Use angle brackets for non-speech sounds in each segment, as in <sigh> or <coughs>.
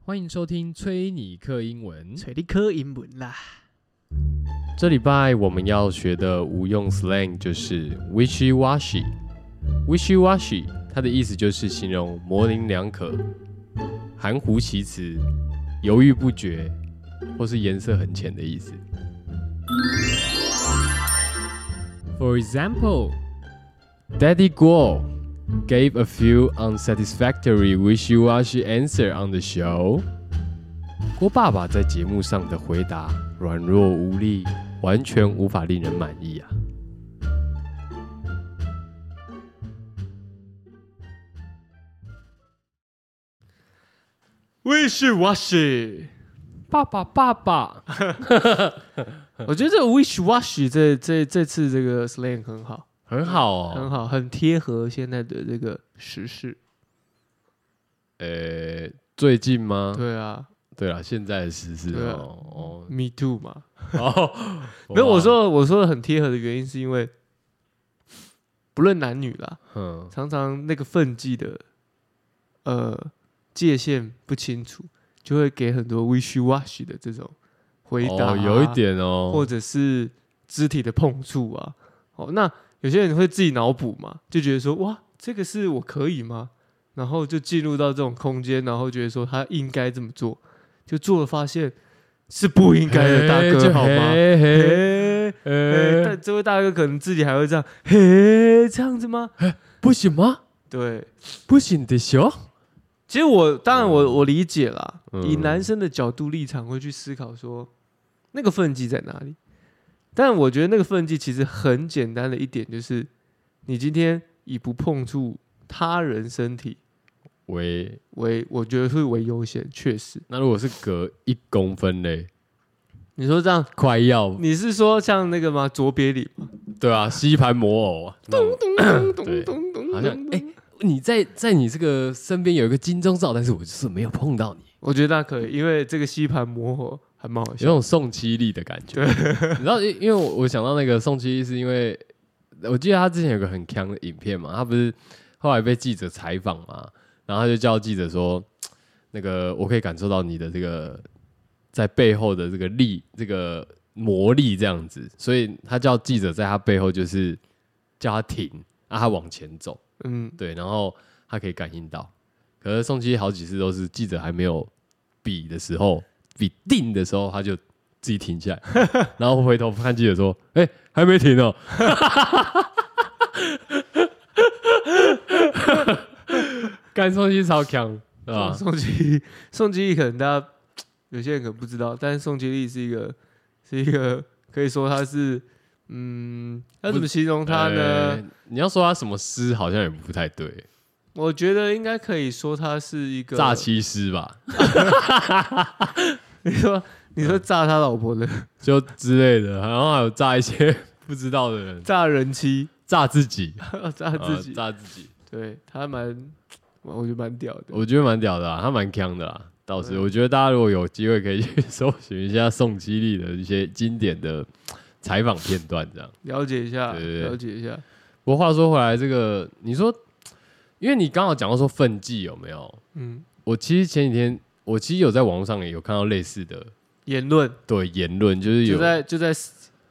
欢迎收听崔尼克英文。嗯找你考英文啦。这礼拜我们要学的无用 slang 就是 wishy washy。wishy washy 它的意思就是形容模棱两可、含糊其辞、犹豫不决，或是颜色很浅的意思。For example, Daddy Guo gave a few unsatisfactory wishy-washy answer on the show. 郭爸爸在节目上的回答软弱无力，完全无法令人满意啊！ Wish wash，爸爸，爸爸，我觉得这个 wish wash 这这这次这个 slang 很好，很好很哦。好，很贴合现在的这个时事。呃，最近吗？对啊对了，现在的时事对啊哦，Me too 嘛。哦哦，没有，哇我，说我说的很贴合的原因是因为不论男女啦，嗯，常常那个分际的呃界限不清楚，就会给很多 wish wash 的这种回答、哦，有一。点哦，或者是肢体的碰触啊。哦，那有些人会自己脑补嘛，就觉得说哇，这个是我可以吗？然后就进入到这种空间，然后觉得说他应该这么做，就做了发现是不应该的，大嘿就哥好吗？嘿嘿嘿，嘿嘿但这位大哥可能自己还会这样，嘿，这样子吗？不行吗？对，不行的行。其实我当然我我理解啦，嗯以男生的角度立场会去思考说，那个分际在哪里？但我觉得那个分际其实很简单的一点就是，你今天以不碰触他人身体喂，为，我觉得是为优先。确实，那如果是隔一公分嘞，你说这样，快要你是说像那个吗？卓别林吗？对啊，吸盘魔偶啊，那种咚对咚咚咚好像咚哎、你在在你这个身边有一个金钟罩，但是我就是没有碰到你，我觉得那可以，因为这个吸盘磨合还蛮好有那笑。种宋七力的感觉。你知道，因因为我我想到那个宋七力，是因为我记得他之前有个很强的影片嘛，他不是后来被记者采访嘛，然后他就叫记者说，那个我可以感受到你的这个在背后的这个力，这个魔力这样子，所以他叫记者在他背后就是叫他停，让他往前走。嗯，对，然后他可以感应到。可是宋七好几次都是记者还没有比的时候，比定的时候，他就自己停下 <laughs> 来，然后回头看记者说：“哎、还没停哦。”干宋七超强，对吧？宋基宋基可能大家有些人可能不知道，但是宋基利是一个是一个可以说他是嗯，要怎么形容他呢？呃你要说他什么师，好像也不太对，我觉得应该可以说他是一个诈。欺师吧，你说你嗯说炸他老婆的就之类的，然后还有诈一些 <laughs> 不知道的人，炸人妻， <laughs> 诈自己，炸自己，呃诈自己。对他蛮，我觉得蛮屌的。我觉得蛮屌的啊，他蛮强的啦。倒是对啊我觉得大家如果有机会可以去 <laughs> 搜寻一下宋基利的一些经典的采访片段，这样。了解一下，对对对了解一下。不过话说回来，这个你说，因为你刚好讲到说奋际有没有？嗯，我其实前几天我其实有在网络上也有看到类似的言论对言论，就是就有在就在，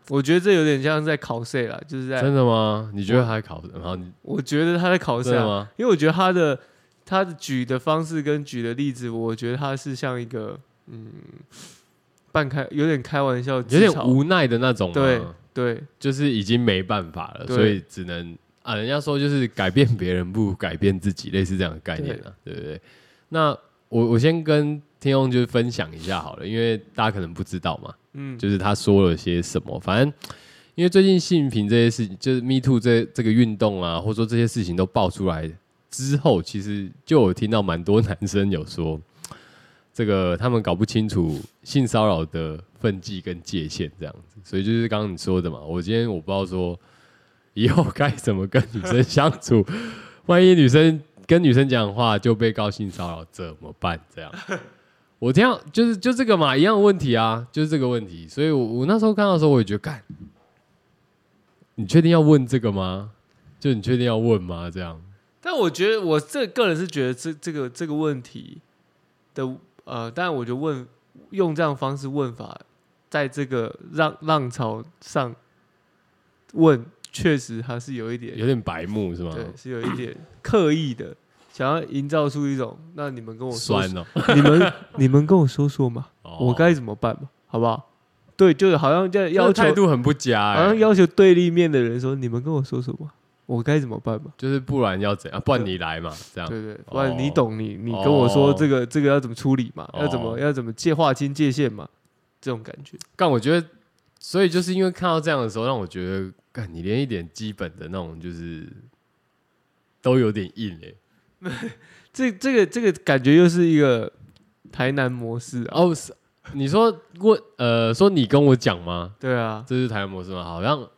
我觉得这有点像在考试啦，就是在真的吗？你觉得还考？然后你我觉得他在考试真啊的。吗？因为我觉得他的他的举的方式跟举的例子，我觉得他是像一个嗯，半开有点开玩笑，有自点嘲无奈的那种吗，对对就是已经没办法了，对所以只能啊，人家说就是改变别人不如改变自己，类似这样的概念啊，对不对？那我我先跟听众就是分享一下好了，因为大家可能不知道嘛，嗯，就是他说了些什么，反正。因为最近性平这些事情，就是 Me Too 这这个运动啊，或者说这些事情都爆出来之后，其实就有听到蛮多男生有说，这个他们搞不清楚性骚扰的分际跟界限这样子，所以就是刚刚你说的嘛，我今天我不知道说以后该怎么跟女生相处， <laughs> 万一女生跟女生讲话就被告性骚扰怎么办？这样，我这样就是就这个嘛，一样的问题啊，就是这个问题，所以我我那时候看到的时候，我也觉得干，你确定要问这个吗？就你确定要问吗？这样，但我觉得我这个人是觉得这这个这个问题的呃，但我就问，用这样的方式问法，在这个浪浪潮上问，确实它是有一点，有点白目是吗？对，是有一点刻意的， <coughs> 想要营造出一种，那你们跟我说酸说，哦，你们你们跟我说说嘛， <laughs> 哦我该怎么办嘛，好不好？对，就是好像在要这态求，度很不佳好哎、像要求对立面的人说，你们跟我说说嘛，我该怎么办嘛？就是不然要怎样？啊不然你来嘛，这样对对，不然你哦懂你，你跟我说哦这个这个要怎么处理嘛，要怎么哦要怎么界划清界限嘛，这种感觉。干，我觉得，所以就是因为看到这样的时候，让我觉得，干，你连一点基本的那种就是都有点硬哎、这这个这个感觉又是一个台南模式啊，哦，是你说问呃，说你跟我讲吗？对啊，这是台南模式吗？好像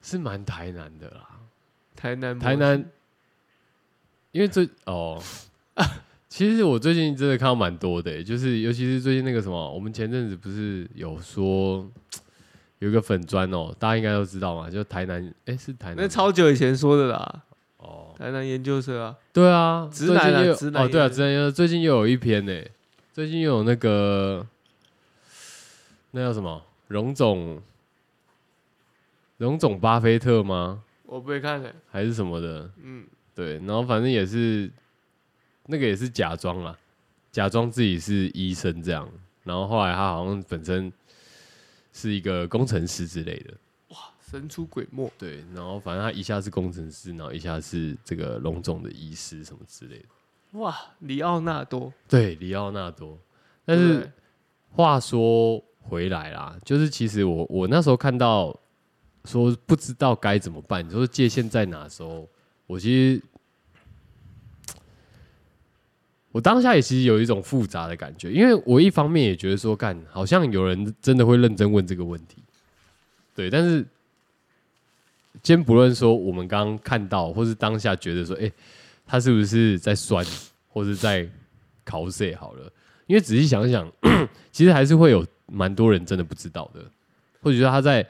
是蛮台南的啦，台南模式台南，因为最哦。 <laughs> 其实我最近真的看到蛮多的、欸就是尤其是最近那个什么，我们前阵子不是有说有一个粉砖哦、大家应该都知道嘛，就台南，哎、是台南吗，那超久以前说的啦，哦，台南研究社啊，对啊，直最男近啊又有直男哦，对啊，也直男又最近又有一篇呢，最近又有那个那叫什么荣总荣总巴菲特吗？我不会看的、还是什么的？嗯，对，然后反正也是那个也是假装啦，假装自己是医生这样，然后后来他好像本身是一个工程师之类的，神出鬼没，对，然后反正他一下是工程师，然后一下是这个龙总的医师什么之类的。哇，里奥纳多，对，里奥纳多。但对不是对话说回来啦，就是其实我我那时候看到说不知道该怎么办，你说界限在哪的时候，我其实我当下也其实有一种复杂的感觉，因为我一方面也觉得说，干好像有人真的会认真问这个问题，对，但是先不论说我们刚刚看到或是当下觉得说，哎、他是不是在酸，或是在考试好了，因为仔细想想，其实还是会有蛮多人真的不知道的，或者说他在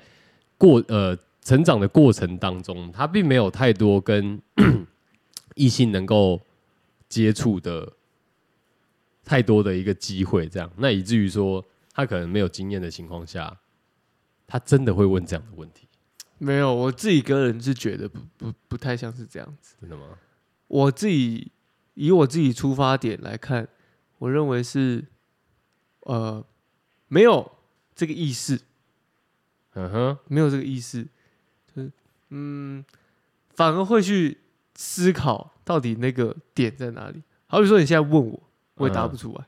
过呃成长的过程当中，他并没有太多跟 <clears throat> 异性能够接触的太多的一个机会，这样，那以至于说他可能没有经验的情况下，他真的会问这样的问题，没有，我自己个人是觉得不不不太像是这样子。真的吗？我自己以我自己出发点来看，我认为是呃没有这个意识，嗯哼，没有这个意识，就是嗯，反而会去思考到底那个点在哪里。好比说你现在问我，我也答嗯不出来，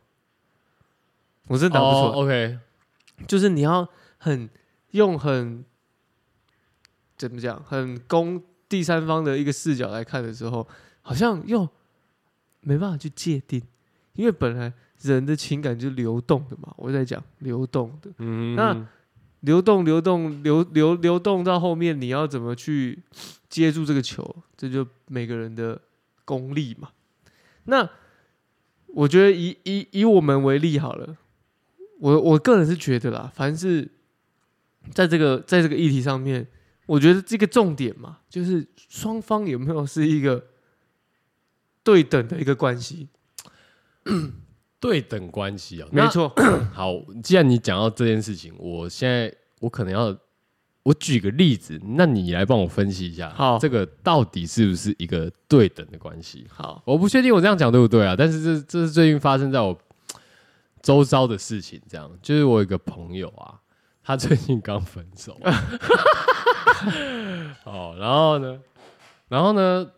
我真的答不出来。哦，OK，就是你要很用很怎么讲，很公第三方的一个视角来看的时候，好像又没办法去界定，因为本来人的情感就是流动的嘛。我在讲流动的，嗯，那流动、流动、流流流动到后面，你要怎么去接住这个球，这就每个人的功力嘛。那我觉得以以以我们为例好了，我我个人是觉得啦，凡是在这个在这个议题上面，我觉得这个重点嘛，就是双方有没有是一个对等的一个关系。对等关系哦，没那错，好，既然你讲到这件事情，我现在我可能要我举个例子，那你来帮我分析一下，好这个到底是不是一个对等的关系？好，我不确定我这样讲对不对啊，但是这这是最近发生在我周遭的事情，这样就是我有一个朋友啊，他最近刚分手， <laughs> 哦，然后呢，然后呢，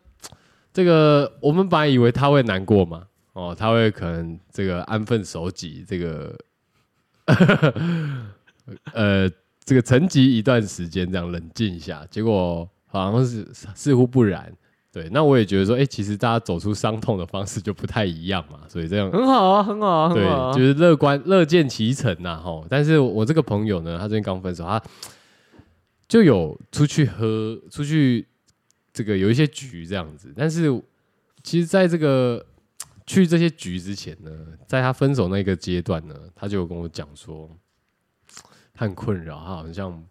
这个我们本来以为他会难过嘛，哦，他会可能这个安分守己，这个 <laughs> 呃，这个沉寂一段时间，这样冷静一下，结果好像是似乎不然。对，那我也觉得说，哎、其实大家走出伤痛的方式就不太一样嘛，所以这样很好啊，很好啊，很对好，啊。就是乐观乐见其成呐、吼。但是我这个朋友呢，他最近刚分手，他就有出去喝，出去这个有一些局这样子。但是其实，在这个去这些局之前呢，在他分手那个阶段呢，他就有跟我讲说，他很困扰，他好像。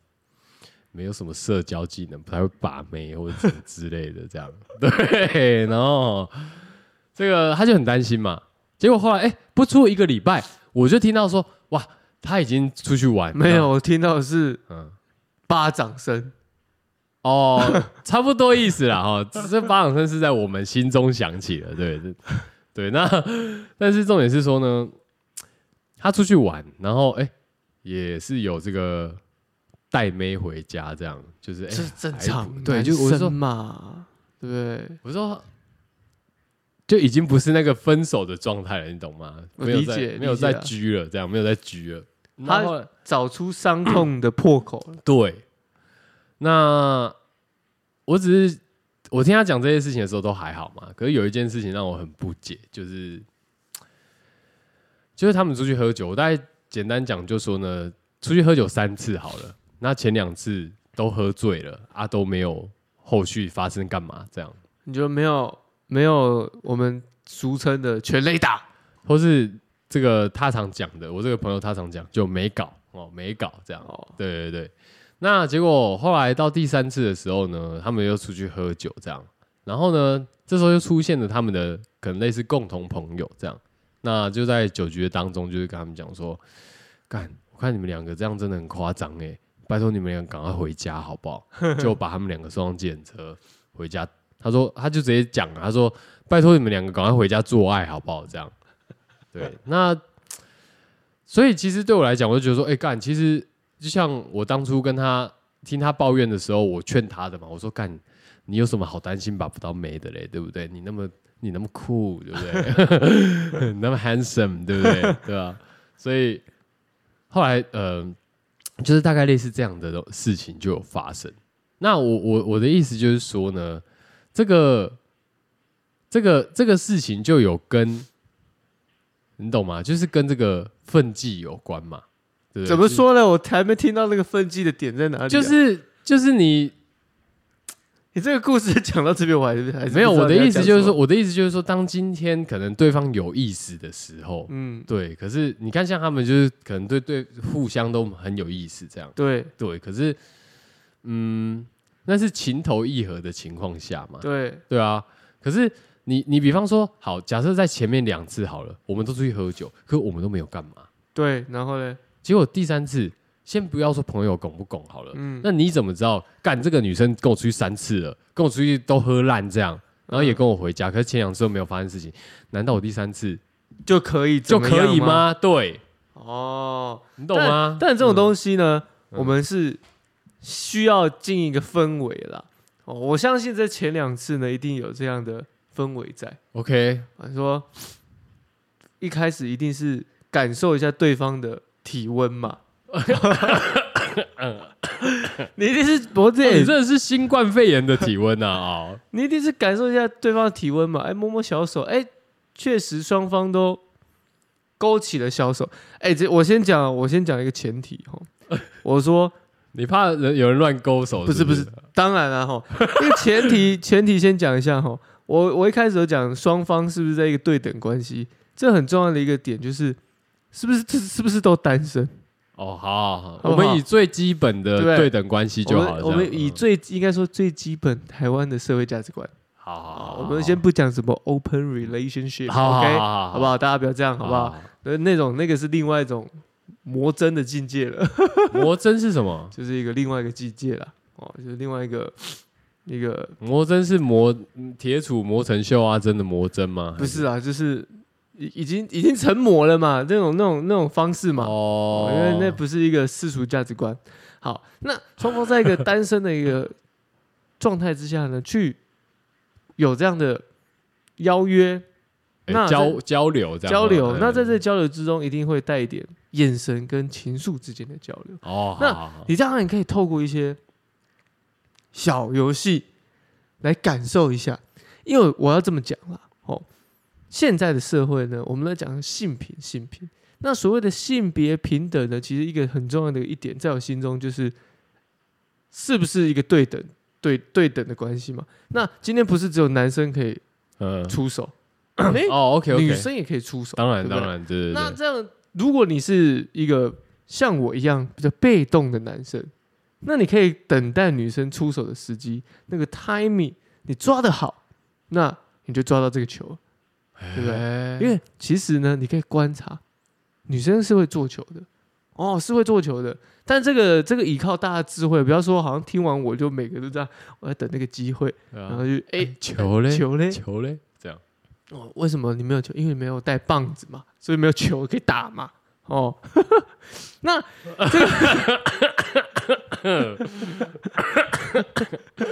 没有什么社交技能，不太会把妹或者什么 <laughs> 之类的，这样对。然后这个他就很担心嘛，结果后来哎、不出一个礼拜，我就听到说哇，他已经出去玩，没有，我听到的是嗯巴掌声，哦，差不多意思啦哈。只是巴掌声是在我们心中响起了，对对对。那但是重点是说呢，他出去玩，然后哎、也是有这个带妹回家，这样就是哎、这正还不常，对，就我就男生说嘛，对不对？我说，就已经不是那个分手的状态了，你懂吗？我没有理在解理没有在解啊狙了，这样没有在狙了。他然后呢找出伤痛的破口了，对，那我只是我听他讲这些事情的时候都还好嘛，可是有一件事情让我很不解，就是就是他们出去喝酒，我大概简单讲就说呢，出去喝酒三次好了，那前两次都喝醉了啊，都没有后续发生干嘛这样。你就没有没有我们俗称的全雷打，或是这个他常讲的，我这个朋友他常讲就没搞哦，没搞这样。哦对对对，那结果后来到第三次的时候呢，他们又出去喝酒这样，然后呢，这时候又出现了他们的可能类似共同朋友这样，那就在酒局的当中，就是跟他们讲说，干，我看你们两个这样真的很夸张哎，拜托你们两个赶快回家好不好？就把他们两个送上检车回家。他说，他就直接讲啊了，他说，拜托你们两个赶快回家做爱好不好？这样，对，那所以其实对我来讲，我就觉得说，哎、干，其实就像我当初跟他听他抱怨的时候，我劝他的嘛，我说干，你有什么好担心把不到妹的嘞，对不对？你那么你那么酷，对不对？ <laughs> 你那么 handsome，对不对？对吧、啊所以后来，呃，就是大概类似这样的事情就有发生。那我我我的意思就是说呢，这个这个这个事情就有跟你懂吗？就是跟这个奋际有关嘛，对不对？怎么就是说呢？我还没听到那个分际的点在哪里啊、就是就是你你这个故事讲到这边，我还是还是没有不知我道的你要意思讲就是什说，么，我的意思就是说，当今天可能对方有意思的时候，嗯，对，可是你看像他们就是可能对对互相都很有意思这样，对对，可是嗯，那是情投意合的情况下嘛，对，对啊，可是你你比方说，好，假设在前面两次好了，我们都出去喝酒，可我们都没有干嘛，对，然后呢？结果第三次，先不要说朋友拱不拱好了，嗯那你怎么知道？干这个女生跟我出去三次了，跟我出去都喝烂这样，然后嗯也跟我回家，可是前两次都没有发生事情，难道我第三次嗯就可以就怎么可以样吗？吗？对，哦，你懂吗？但这种东西呢，嗯我们是需要进一个氛围啦。哦，我相信在前两次呢，一定有这样的氛围在。 OK，哦啊，说一开始一定是感受一下对方的体温 <laughs> 嘛。你一定是脖子这、也哦你真的是新冠肺炎的体温呐啊、哦！你一定是感受一下对方的体温嘛，哎，摸摸小手，哎，确实双方都勾起了小手，哎，这我先讲，我先讲一个前提 <laughs> 哈，我说你怕人有人乱勾手不是是不是是，当然了哈，因为前 <laughs> 提前提先讲一下哈，我我一开始有讲双方是不是在一个对等关系，这很重要的一个点就是是不是是是不是都单身，哦，好好好，不好我们以最基本的对对等关系我就好们了。我这们样以嗯最应该说最基本台湾的社会价值观。好好好啊，好，我们先不讲什么 open relationship，OK，、好好 OK？好好好好不好？大家不要这样，好不好？？那那种那个是另外一种魔针的境界了，魔针是什么？就是一个另外一个境界了，哦，就是另外一个一个魔针是磨嗯铁杵磨成锈啊，真的魔针吗？不是啊，就是已已经已经成魔了嘛，那种那种那种方式嘛，哦哦，，因为那不是一个世俗价值观。好，那双方在一 <laughs> 个单身的一个状态之下呢，去有这样的邀约。哎那交交流这样交流嗯。那在这交流之中，一定会带一点眼神跟情愫之间的交流。哦，那好好好你这样你可以透过一些小游戏来感受一下，因为我要这么讲啦，哦，现在的社会呢，我们在讲性平，性平。那所谓的性别平等呢，其实一个很重要的一点，在我心中就是，是不是一个对等、对对等的关系嘛？那今天不是只有男生可以嗯出手，诶哦，OK 女 OK，生也可以出手，当然对不对当然，对对那对，这样，如果你是一个像我一样比较被动的男生，那你可以等待女生出手的时机，那个 timing 你抓得好，那你就抓到这个球，对不对哎因为其实呢，你可以观察，女生是会做球的，哦，是会做球的。但这个这个倚靠大家智慧，不要说好像听完我就每个都这样，我在等那个机会，对然啊后就哎、球嘞，球嘞，球嘞，这样哦，为什么你没有球？因为你没有带棒子嘛，所以没有球可以打嘛。哦， <laughs> 那这个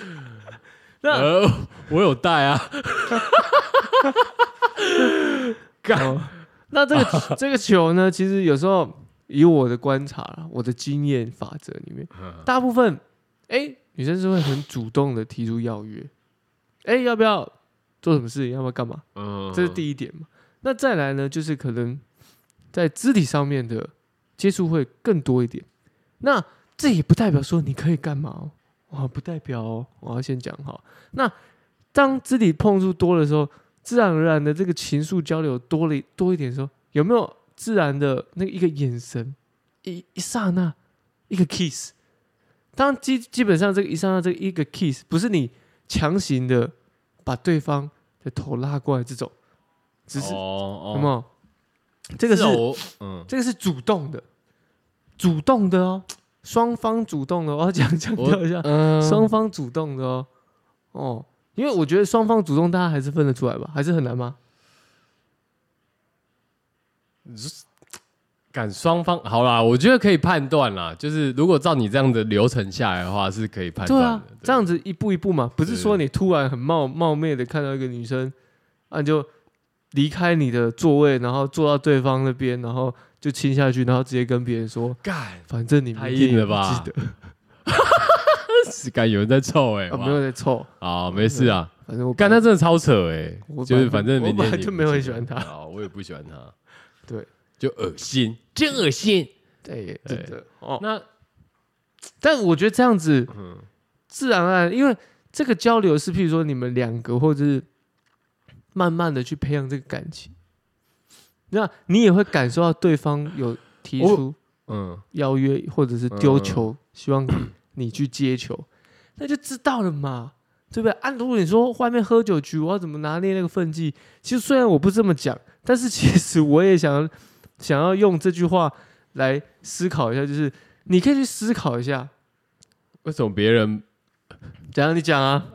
呃， <laughs> 我有带啊，那、哦、那这个这个球呢，其实有时候以我的观察啦，我的经验法则里面，大部分哎、女生是会很主动的提出邀约，哎、要不要做什么事情，要不要干嘛？嗯，这是第一点嘛。那再来呢，就是可能在肢体上面的接触会更多一点。那这也不代表说你可以干嘛哦，哇，不代表哦，我要先讲好。那当肢体碰触多的时候，自然而然的这个情愫交流多了一多一点的时候，有没有自然的那个一个眼神，一一刹那，一个 kiss？当基基本上这个一刹那这个一个 kiss 不是你强行的把对方的头拉过来这种，只是、哦有没哦，有？这个是我嗯，这个是主动的，主动的哦，双方主动的哦，我要 <laughs> 讲强调一下，嗯双方主动的哦，哦，因为我觉得双方主动，大家还是分得出来吧，还是很难吗？敢双方好啦，我觉得可以判断啦，就是如果照你这样的流程下来的话，是可以判对断啊的。，这样子一步一步嘛，不是对说你突然很冒冒昧的看到一个女生，啊你就离开你的座位，然后坐到对方那边，然后就亲下去，然后直接跟别人说，干反正你太明天硬也了不吧记得，是干有人在臭哎、欸，啊没有在凑，啊，没事啊，反正我干本他真的超扯哎、我就是反本来正就明我本天来你就也没有不很记喜欢得他啊，我也不喜欢他，对就恶心，真恶心。对耶真对的哦，那但我觉得这样子嗯自然而然，因为这个交流是，譬如说你们两个，或者是慢慢的去培养这个感情，那你也会感受到对方有提我出嗯，邀约，或者是丢球，希望你你去接球，那就知道了嘛，对不对？啊，如果你说外面喝酒局，我要怎么拿捏那个分际？其实虽然我不这么讲，但是其实我也想要想要用这句话来思考一下，就是你可以去思考一下，为什么别人？怎样？你 <laughs> 讲啊，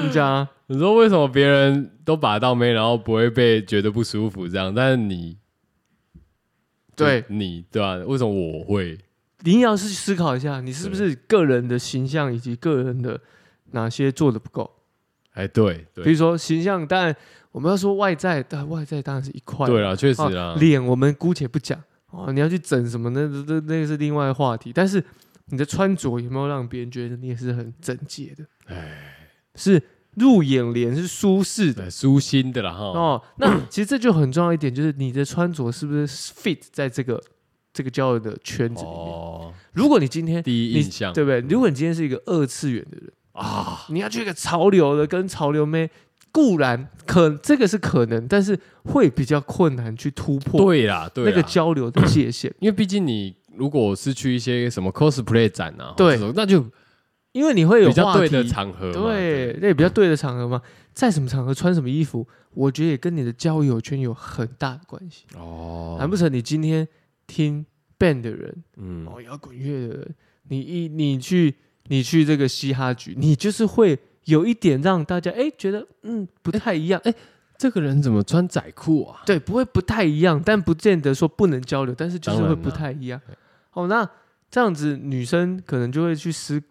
你讲啊。你说为什么别人都把到妹，然后不会被觉得不舒服这样，但是你对就你对吧、为什么我会？你也要是去思考一下，你是不是个人的形象以及个人的哪些做的不够？哎，对比对如说形象，当然我们要说外在，但外在当然是一块。对啊啦，确实哦啦，脸我们姑且不讲哦，你要去整什么，那那那那个是另外的话题。但是你的穿着有没有让别人觉得你也是很整洁的？是入眼帘，是舒适的。对哎舒心的啦哈。哦， <clears throat> 那其实这就很重要一点，就是你的穿着是不是 fit 在这个这个交友的圈子里面？哦，如果你今天第一你印象对不对？如果你今天是一个二次元的人，啊，你要去一个潮流的跟潮流妹，固然可这个是可能，但是会比较困难去突破对啦对啊哦那啦，个交流的 <clears throat> 界限，因为毕竟你如果是去一些什么 cosplay 展啊，对这种那就因为你会有比较话对的题，场合嘛，对，那也比较对的场合嘛，在什么场合穿什么衣服，我觉得也跟你的交友圈有很大的关系。哦，难不成你今天听 band 的人，嗯，哦，摇滚乐的人，你一你去你去这个嘻哈局，你就是会有一点让大家哎觉得嗯不太一样，哎、这个人怎么穿窄裤啊？对，不会不太一样，但不见得说不能交流，但是就是当会然啦不太一样。哦，那这样子女生可能就会去思，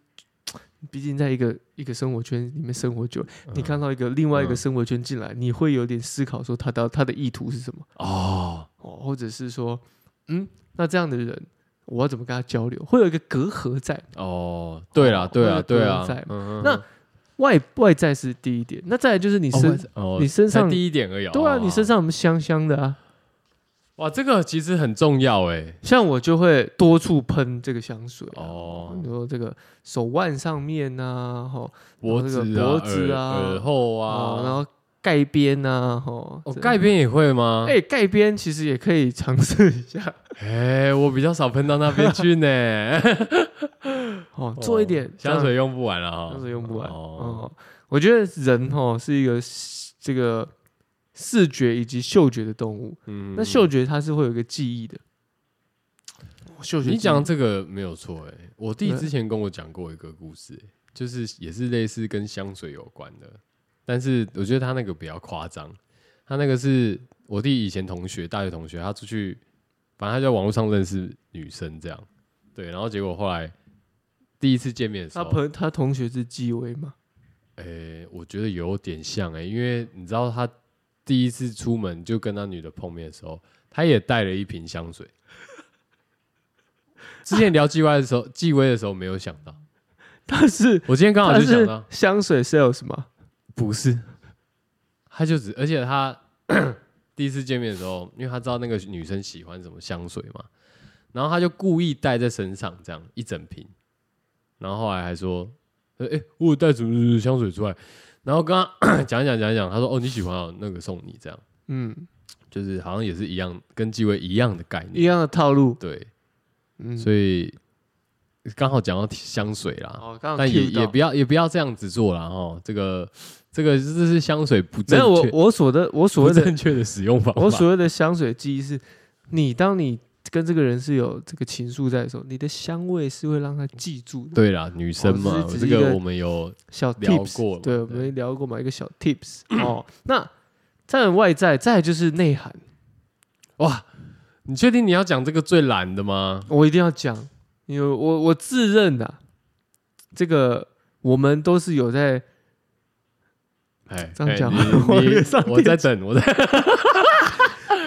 毕竟在一个一个生活圈里面生活久，你看到一个另外一个嗯生活圈进来，你会有点思考说他的他的意图是什么哦，哦，或者是说，嗯，那这样的人我要怎么跟他交流？会有一个隔阂在，哦，对啦，哦对那啦，个多对啦在嘛，嗯那外外在是第一点，那再来就是你身，哦你身上才第一点而已哦，对啊，你身上上有没有香香的啊？哇，这个其实很重要哎，像我就会多处喷这个香水啊、哦你说这个手腕上面呐、吼脖子那啊个脖子啊耳耳后哦啊，然后盖边呐，吼，哦这盖边也会吗？哎盖边其实也可以尝试一下，哎，我比较少喷到那边去 <laughs> 呢，哦，做一点哦香这水样，用不完了哈，香水用不完哦哦我觉得人哦是一个这个视觉以及嗅觉的动物。嗯，那嗅觉它是会有一个记忆的。嗅觉你记忆讲这个没有错哎、我弟之前跟我讲过一个故事、欸，就是也是类似跟香水有关的，但是我觉得他那个比较夸张，他那个是我弟以前同学，大学同学，他出去，反正他在网络上认识女生这样，对，然后结果后来第一次见面的时他候，朋他同学是纪薇嘛？诶、我觉得有点像诶、欸因为你知道他第一次出门就跟那女的碰面的时候，他也带了一瓶香水。之前聊 G Y 的时候，纪薇的时候没有想到，他是我今天刚好他就想是到，香水 sales 嘛？不是，他就只，而且他 <coughs> 第一次见面的时候，因为他知道那个女生喜欢什么香水嘛，然后他就故意带在身上这样一整瓶，然后后来还说，哎、诶我有带什么什么香水出来，然后跟他 <coughs> 讲一讲讲一讲，他说哦你喜欢哦，那个送你这样，嗯，就是好像也是一样跟纪薇一样的概一念，样的套路。对，嗯，所以刚好讲到香水啦，哦，刚好但也 cue 到也不要也不要这样子做了哦，这个这个这是香水不没正有我确我所的我所不谓的正确的使用方法。我所谓的香水记忆是，你当你跟这个人是有这个情愫在的时候，你的香味是会让他记住的。对啦，女生嘛哦，是这只是一个个我们有小聊 tips，过嘛对，对我们聊过嘛，一个小 tips 哦。那再有外在，再来就是内涵，哇。你确定你要讲这个最懒的吗？我一定要讲，因为我我自认的、这个我们都是有在哎，这样哎讲你 <laughs> 我你没上我在等，我在，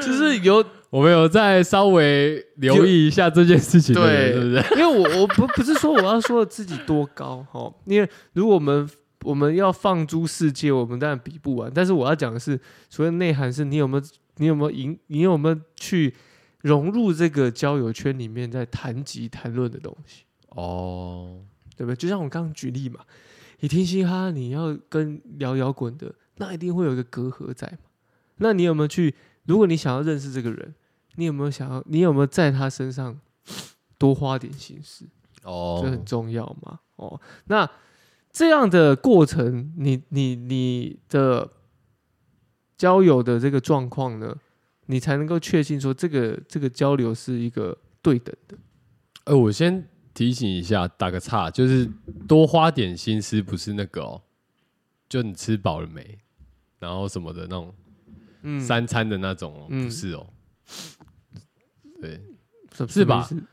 就是有，我们有在稍微留意一下这件事情的人，对对 <laughs> 不对？因为我我不不是说我要说自己多高哦，因为如果我们我们要放诸世界，我们当然比不完。但是我要讲的是，所谓内涵是你有没有你有没有引你有没有去融入这个交友圈里面在谈及谈论的东西，哦，对不对？就像我刚刚举例嘛，你听嘻哈，你要跟聊摇滚的，那一定会有一个隔阂在嘛。那你有没有去？如果你想要认识这个人，你有没有想要？你有没有在他身上多花点心思？这哦很，重要嘛。哦，那这样的过程，你你你的交友的这个状况呢，你才能够确信说这个这个交流是一个对等的。呃，我先提醒一下，打个岔，就是多花点心思，不是那个哦，就你吃饱了没，然后什么的那种嗯三餐的那种、哦，嗯不是哦。对，什是吧？什么意思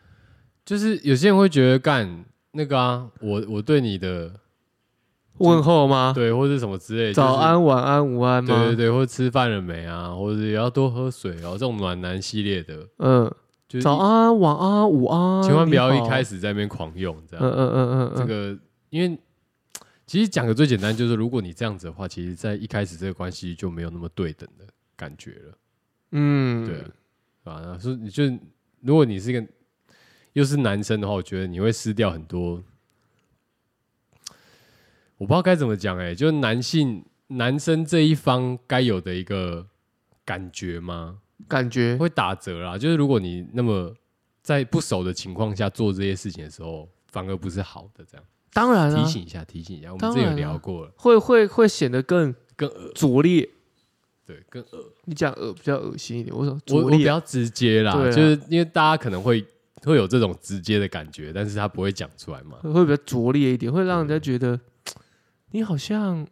就是有些人会觉得干那个啊，我我对你的问候吗？对或者什么之类，啊早就是、安、晚安、午安吗？对对对，或者吃饭了没啊，或者也要多喝水哦，这种暖男系列的，嗯，就是早安、晚安、午安，千万不要一开始。始在那边狂用这样。嗯嗯嗯嗯嗯，这个因为其实讲个最简单，就是如果你这样子的话，其实在一开始这个关系就没有那么对等的感觉了。嗯，对，啊，那所以你就如果你是一个又是男生的话，我觉得你会失掉很多。我不知道该怎么讲哎、就是男性男生这一方该有的一个感觉吗？感觉会打折啦。就是如果你那么在不熟的情况下做这些事情的时候，反而不是好的。这样当然啊提，醒一下，提醒一下，我们当之前有然啊聊过了，会会会显得更更恶拙劣。对更恶，你讲恶比较恶心一点，我说我拙我劣比较直接啦，啊对啊就是因为大家可能会会有这种直接的感觉，但是他不会讲出来嘛。会会比较拙劣一点，会让人家觉得你好像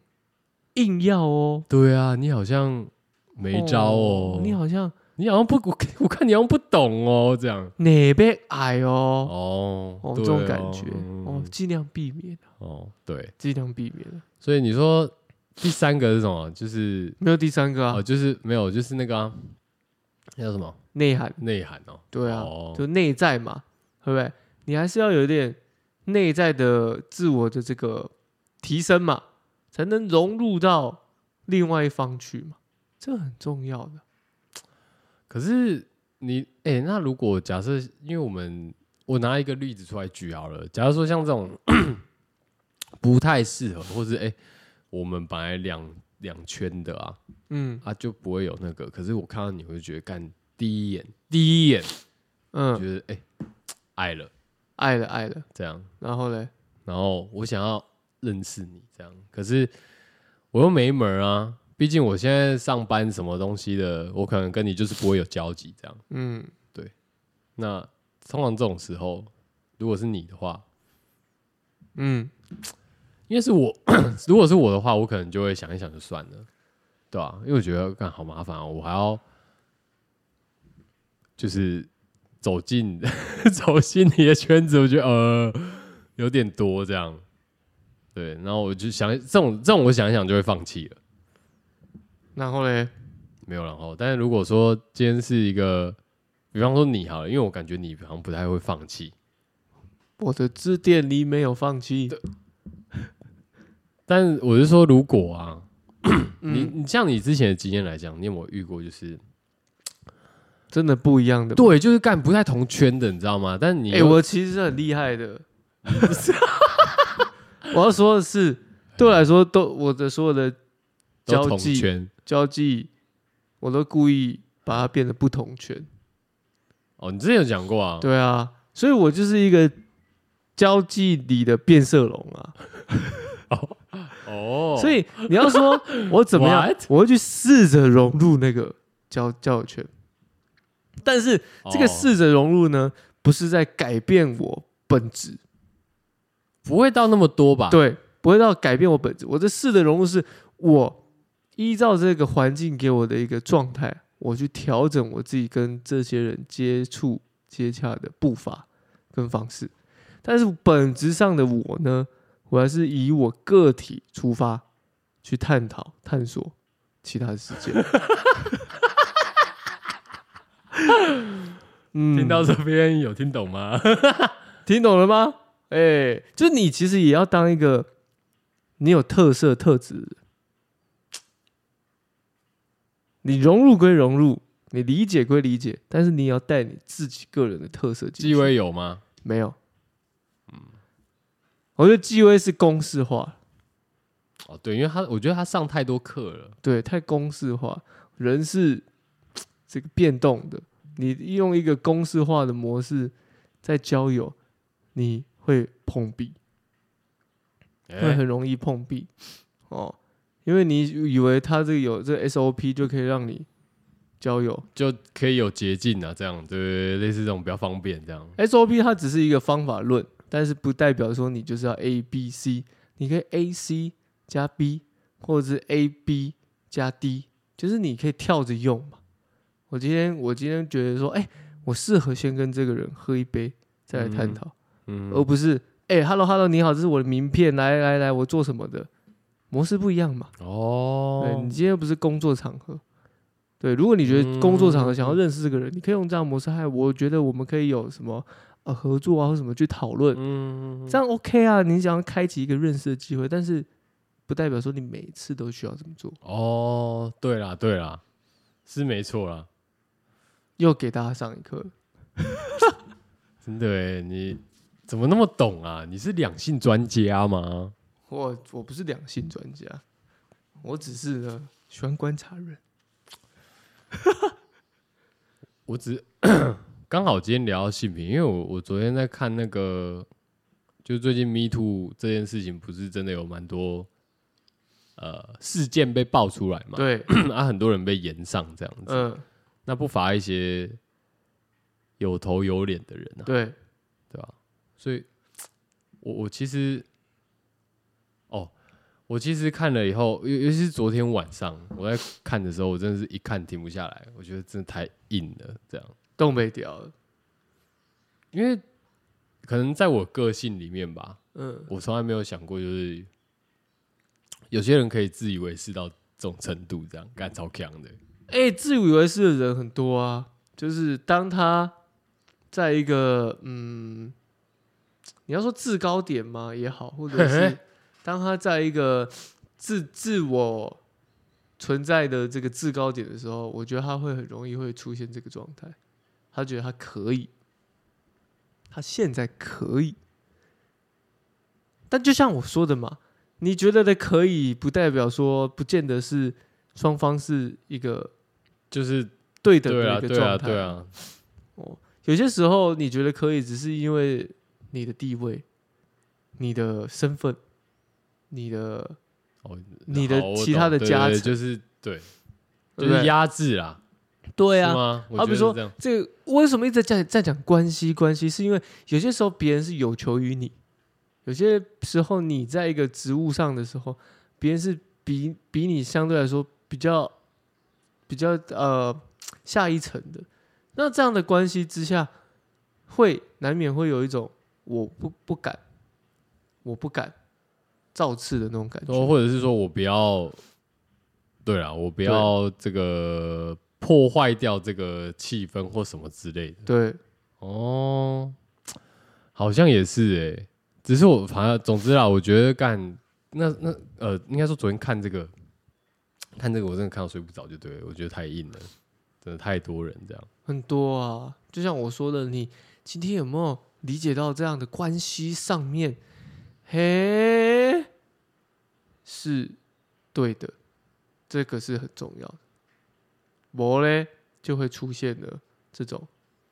硬要哦，对啊，你好像没招哦，你好像你好像不，我我看你好像不懂哦，这样哪边矮哦，哦，哦对这种感觉嗯哦，尽量避免，啊哦，对，尽量避免。啊所以你说第三个是什么？就是没有第三个啊哦，，就是没有，就是那个啊，那叫什么内涵内涵哦？对啊哦就内在嘛，对不对？你还是要有一点内在的自我的这个提升嘛，才能融入到另外一方去嘛，这很重要的。可是你哎、那如果假设，因为我们我拿一个例子出来举好了，假如说像这种 <clears throat> 不太适合，或是哎、我们本来两两圈的啊，嗯啊就不会有那个。可是我看到你会觉得，干第一眼，第一眼嗯，觉得哎、爱了爱了爱了，这样，然后嘞，然后我想要认识你这样，可是我又没门儿啊，毕竟我现在上班什么东西的，我可能跟你就是不会有交集这样。嗯，那通常这种时候，如果是你的话，嗯，因为是我， <clears throat> 如果是我的话，我可能就会想一想就算了，对吧、啊因为我觉得干好麻烦哦，我还要就是走进 <laughs> 走进你的圈子，我觉得呃有点多这样。对，然后我就想这种这种，我想一想就会放弃了，然后嘞，没有然后。但是如果说今天是一个，比方说你好了，因为我感觉你好像不太会放弃，我的支点里没有放弃，但我是说如果啊， <coughs> 你嗯，你像你之前的经验来讲，你有没有遇过就是真的不一样的。对，就是干不太同圈的，你知道吗？但你哎、我其实是很厉害的。 <laughs> 我要说的是，对我来说，都我的所有的都交同际圈交际，我都故意把它变得不同圈。哦，你之前有讲过啊，对啊，所以我就是一个交际里的变色龙啊。哦，所以你要说我怎么样 <laughs> What？我会去试着融入那个交交友圈。但是这个哦试着融入呢，不是在改变我本质，不会到那么多吧？，对，不会到改变我本质。我这试的融入是我依照这个环境给我的一个状态，我去调整我自己跟这些人接触接洽的步伐跟方式。但是本质上的我呢，我还是以我个体出发去探讨、探索其他的世界。 <laughs> 嗯听到这边有听懂吗？听懂了吗？哎、就是你其实也要当一个你有特色特质的人，你融入归融入，你理解归理解，但是你也要带你自己个人的特色进纪去。威有吗？没有，我觉得纪威是公式化，哦，对，因为他我觉得他上太多课了，对，太公式化，人是这个变动的，你用一个公式化的模式在交友，你会碰壁。会哎很容易碰壁哦，因为你以为他这个有这个 SOP 就可以让你交友就可以有捷径啊，这样对对对，类似这种比较方便这样。 ，SOP 它只是一个方法论，但是不代表说你就是要 A B C，你可以 A C 加 B 或者是 A B 加 D，就是你可以跳着用嘛。我今天我今天觉得说，哎、我适合先跟这个人喝一杯，再来探嗯讨。嗯，而不是哎、h e l l o hello，你好，这是我的名片，来来来，我做什么的，模式不一样嘛。对哦你，今天又不是工作场合，对，如果你觉得工作场合想要认识这个人，你可以用这样的模式。嗨，我觉得我们可以有什么呃合作啊，或什么去讨论，嗯，这样 OK 啊。你想要开启一个认识的机会，但是不代表说你每次都需要这么做。哦，对啦对啦，是没错啦。又给大家上一课，真的哎，你怎么那么懂啊？你是两性专家吗？我我不是两性专家，我只是呢喜欢观察人。我只 <clears throat> 刚好今天聊到性平，因为我我昨天在看那个，就最近 Me Too 这件事情，不是真的有蛮多呃事件被爆出来嘛？对， <clears throat> 啊，很多人被延上这样子，嗯、那不乏一些有头有脸的人啊，对，嗯对吧、啊所以，我我其实，哦，我其实看了以后，尤尤其是昨天晚上我在看的时候，我真的是一看停不下来，我觉得真的太硬了，这样。东北屌了，因为可能在我个性里面吧，嗯，我从来没有想过，就是有些人可以自以为是到这种程度，这样干超强的。哎、自以为是的人很多啊，就是当他在一个嗯，你要说制高点嘛也好，或者嘿是嘿当他在一个自自我存在的这个制高点的时候，我觉得他会很容易会出现这个状态，他觉得他可以，他现在可以，但就像我说的嘛，你觉得的可以，不代表说不见得是双方是一个。就是对等对的啊，一个对啊，状态。对啊，哦，有些时候你觉得可以，只是因为你的地位、你的身份、你的哦，你的好我其他懂的对加对对成就是对，对就不是对？压制啦，对啊是，吗？我好觉比得说是这样，这个为什么一直在讲在讲关系？关系是因为有些时候别人是有求于你，有些时候你在一个职务上的时候，别人是比比你相对来说比较比较呃下一层的。那这样的关系之下，会难免会有一种我不不敢，我不敢造次的那种感说觉。或者是说我不要，对啦，我不要这个破坏掉这个气氛或什么之类的。对，哦，好像也是诶、只是我反正总之啦，我觉得干那那呃，应该说昨天看这个看这个，我真的看到睡不着，就对了，我觉得太硬了，真的太多人这样。很多啊，就像我说的，你今天有没有理解到这样的关系上面，嘿，是对的，这个是很重要的。我嘞就会出现了这种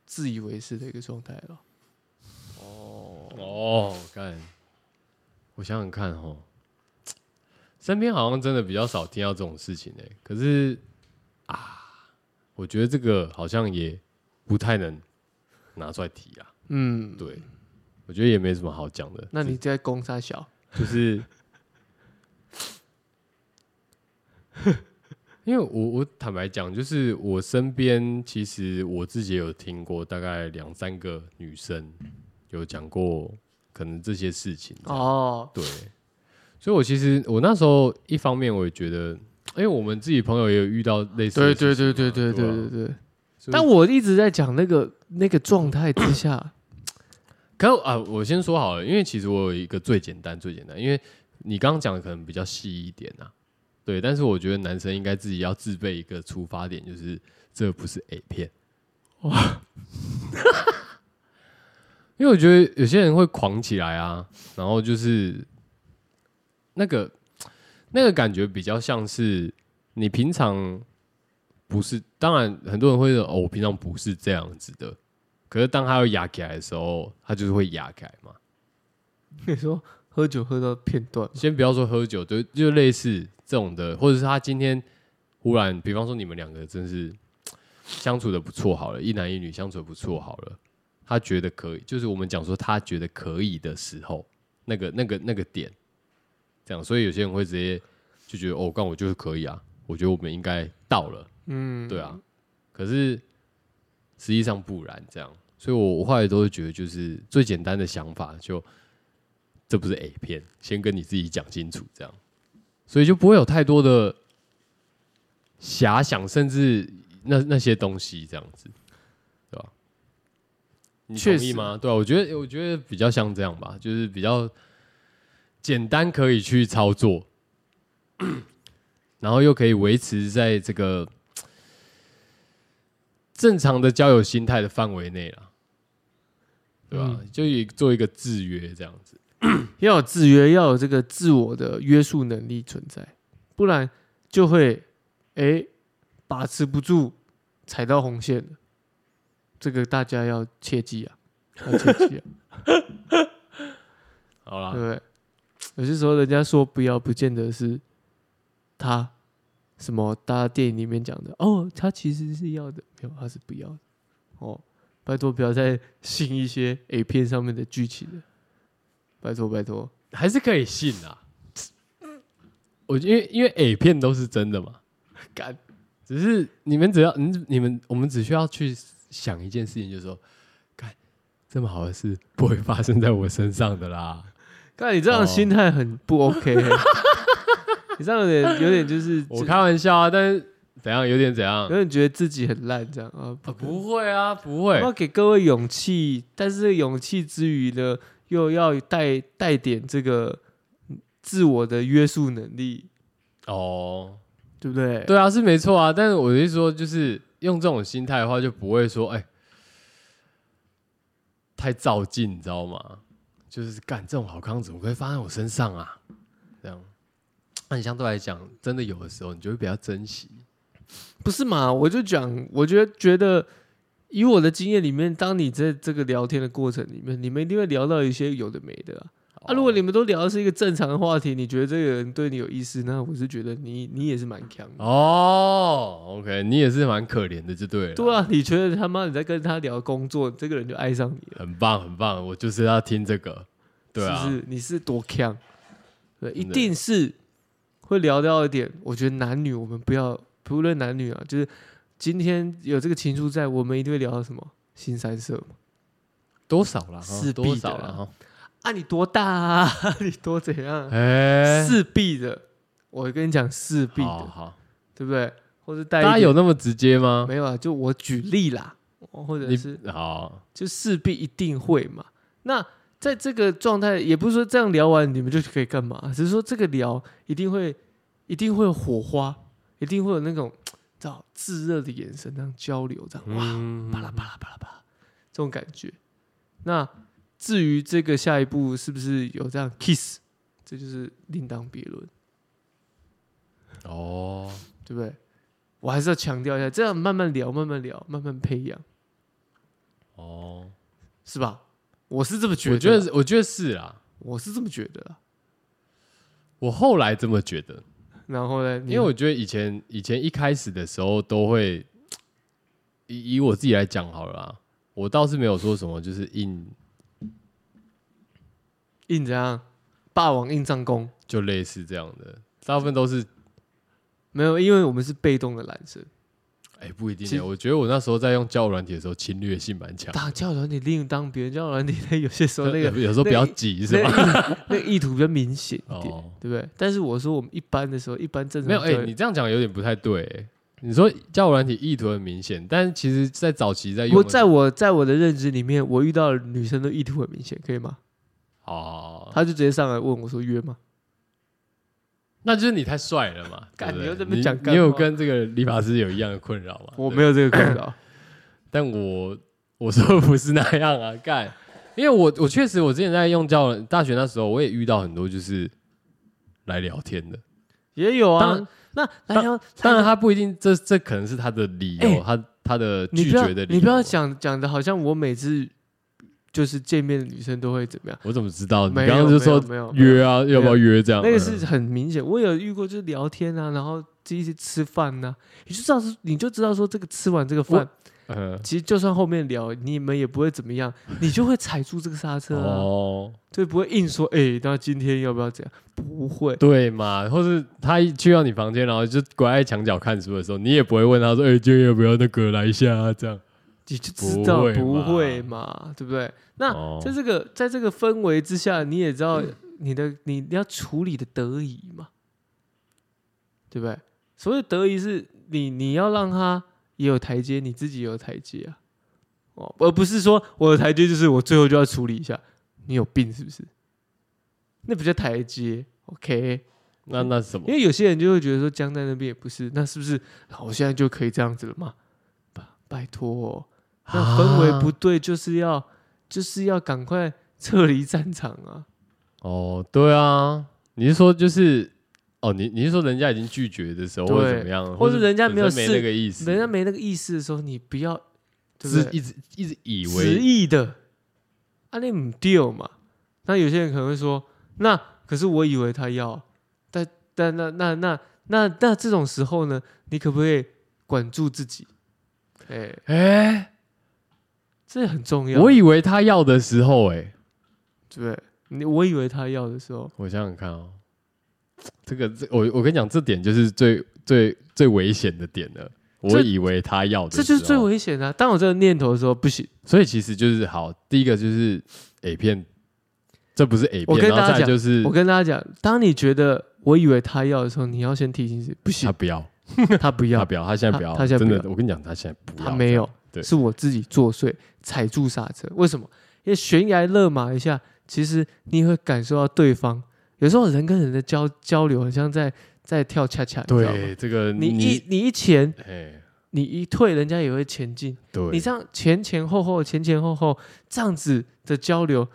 自以为是的一个状态了。哦，干，我想想看哦，身边好像真的比较少听到这种事情诶、可是啊，我觉得这个好像也不太能拿出来提啊。嗯，对，我觉得也没什么好讲的。那你在攻杀小， <laughs> 就是，因为我我坦白讲，就是我身边其实我自己也有听过大概两三个女生有讲过可能这些事情哦，哦，对，所以我其实我那时候一方面我也觉得，因为我们自己朋友也有遇到类似对的对事情对嘛，对对对吧对对。所以但我一直在讲那个那个状态之下，可啊、我先说好了，因为其实我有一个最简单、最简单，因为你刚刚讲的可能比较细一点啊，对，但是我觉得男生应该自己要自备一个出发点，就是这不是 A 片，哇，因为我觉得有些人会狂起来啊，然后就是那个那个感觉比较像是你平常不是，当然很多人会说哦，我平常不是这样子的，可是当他要压起来的时候，他就是会压起来嘛。你说喝酒喝到片段，先不要说喝酒，就就类似这种的，或者是他今天忽然，比方说你们两个真是相处的不错好了，一男一女相处的不错好了，他觉得可以，就是我们讲说他觉得可以的时候，那个那个那个点，这样，所以有些人会直接就觉得哦，干我就是可以啊，我觉得我们应该到了。嗯，对啊，可是实际上不然这样，所以我我后来都会觉得，就是最简单的想法就，这不是 A 片，先跟你自己讲清楚这样，所以就不会有太多的遐想，甚至那那些东西这样子，对吧？你确同实意吗？对啊，我觉得我觉得比较像这样吧，就是比较简单可以去操作，然后又可以维持在这个正常的交友心态的范围内啦，对吧、嗯就以做一个制约这样子。要有制约，要有这个自我的约束能力存在，不然就会哎把持不住，踩到红线了。这个大家要切记啊， <laughs> 要切记啊，好对啦不，对？有些时候人家说不要，不见得是他什么，大家电影里面讲的哦，他其实是要的，没有，他是不要的哦。拜托，不要再信一些 A 片上面的剧情了，拜托拜托。还是可以信啦。我因为因为 A 片都是真的嘛，干，只是你们只要你你们我们只需要去想一件事情，就是说，看这么好的事不会发生在我身上的啦。看你这样的心态很哦不 <laughs> OK，、欸你这样有点有点就是，我开玩笑啊，但是怎样有点怎样有、点觉得自己很烂这样啊，啊不不会啊，不会。要给各位勇气，但是勇气之余呢，又要带带点这个自我的约束能力，哦，对不对？对啊，是没错啊。但是我的意思说，就是用这种心态的话，就不会说哎、太照进，你知道吗？就是干这种好康怎么可以发在我身上啊？这样，那你相对来讲，真的有的时候你就会比较珍惜。不是嘛？我就讲，我觉得觉得以我的经验里面，当你在这个聊天的过程里面，你们一定会聊到一些有的没的啊、啊，如果你们都聊的是一个正常的话题，你觉得这个人对你有意思，那我是觉得你你也是蛮强的。哦，OK，你也是蛮可怜的，就对了。对啊，你觉得他妈你在跟他聊工作，这个人就爱上你了，很棒，很棒，我就是要听这个。对啊，是不是？你是多强？对，一真的定是会聊到一点。我觉得男女我们不要，不论男女啊，就是今天有这个情书在，我们一定会聊到什么新三色嘛？多少了？是多必的少啦了？哈啊，你多大啊？ <laughs> 你多怎样啊？哎，势必的，我跟你讲势必好的，好，对不对？或者带大一点家有那么直接吗？没有啊？就我举例啦，哦或者你是好，就势必一定会嘛。那在这个状态，也不是说这样聊完你们就可以干嘛，只是说这个聊一定会一定会有火花，一定会有那种知道炙热的眼神，这样交流，这样哇，嗯啪啦啪啦啪啦啪啦，这种感觉。那至于这个下一步是不是有这样 kiss，这就是另当别论，哦，对不对？我还是要强调一下，这样慢慢聊，慢慢聊，慢慢培养，哦，是吧？我是这么觉得，我觉得是，我觉得是啦。我是这么觉得啊。我后来这么觉得，然后呢，你因为我觉得以前以前一开始的时候都会，以以我自己来讲好了啦，我倒是没有说什么，就是硬硬怎样？霸王硬上弓？就类似这样的，大部分都是没有，因为我们是被动的男生。哎、不一定其欸。实我觉得我那时候在用交友软体的时候，侵略性蛮强的，打教软体另当别人，教软体的有些时候那个 <laughs> 有有时候比较急呃是吧？那个那个意图比较明显一点，哦，对不对？但是我说我们一般的时候，一般正常没有哎、教你这样讲有点不太对、欸。你说交友软体意图很明显，但其实，在早期在用我的在我在我的认知里面，我遇到的女生的意图很明显，可以吗？哦，她就直接上来问我说约吗？那就是你太帅了 <laughs> 嘛。干对不对你又在那边讲你干你有话跟这个理发师有一样的困扰吗？我对没有这个 <laughs> 困扰，但我我说不是那样啊， <laughs> 干，因为我我确实我之前在用教友大学那时候，我也遇到很多就是来聊天的，也有当啊然。那来聊，当然他不一定，这这可能是他的理由，哎他他的你拒不要绝的理由。你不要，讲讲的好像我每次就是见面的女生都会怎么样。我怎么知哦道？你没刚有刚就说没有没有约啊，要不要约这样？那个是很明显，我有遇过，就是聊天啊，然后一起吃饭呐、你就知道是，你就知道说这个吃完这个饭，嗯，其实就算后面聊，你们也不会怎么样，你就会踩住这个刹车嗯啊，哦，就不会硬说，哎、那今天要不要这样？不会，对嘛，或是他一去到你房间，然后就拐在墙角看书的时候，你也不会问他说：“哎、今天要不要那个来一下、啊？”这样。你就知道不会不嘛会嘛，对不对？那、哦在这个在这个氛围之下，你也知道你的你要处理的得宜嘛，对不对？所谓得宜是你你要让他也有台阶，你自己也有台阶啊，哦，而不是说我的台阶就是我最后就要处理一下，你有病是不是？那不叫台阶，OK？那那是什么因？为有些人就会觉得说僵在那边也不是，那是不是好我现在就可以这样子了吗？拜拜托哦、那氛围不啊对，就是要就是要赶快撤离战场啊！哦，对啊，你是说就是哦，你你是说人家已经拒绝的时候哦对或者怎么样，或者是人家没有本身试没那个意思，人家没那个意识的时候，你不要对不是对一直一直以执为意的，啊，你唔丢嘛？那有些人可能会说，那可是我以为他要，但但那那那那那那这种时候呢，你可不可以管住自己？哎、哎、这很重要，我对以为他要的时候、哎，不对？你我以为他要的时候，我想想看哦，这个这我我跟你讲，这点就是最最最危险的点了。我这以为他要的时哦这候，就是最危险的啊、当有这个念头的时候，不行。所以其实就是好，第一个就是 A 片，这不是 A 我片，跟然后大再家来讲就是我跟大家讲，当你觉得我以为他要的时候，你要先提醒自己，不他行，不要，他不他要，不要，他现在不要，他他现在真不的，我跟你讲，他现在不要，他没有，对是我自己作祟，踩住刹车。为什么？因为悬崖勒马一下，其实你会感受到对方。有时候人跟人的交交流，很像在在跳恰恰，你知道吗？对这个你一你一前，哎，你一退，人家也会前进。对，你这样前前后后、前前后后这样子的交流，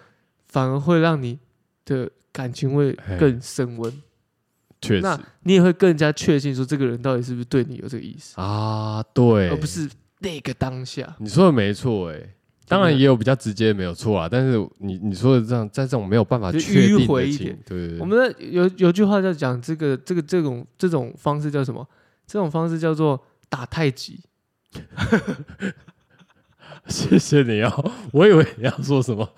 反而会让你的感情会嘿更升温。确那实你也会更加确信说这个人到底是不哦是对你有这个意思，啊，对，而不是那个当下。你说的没错，哎，当然也有比较直接没有错啊，但是你你说的这样，在这种没有办法就确定迂回的一情点，对对我对，们的有有句话叫讲这个这个这种这种方式叫什么？这种方式叫做打太极。 <laughs> 谢谢你哦， <laughs> 我以为你要说什么，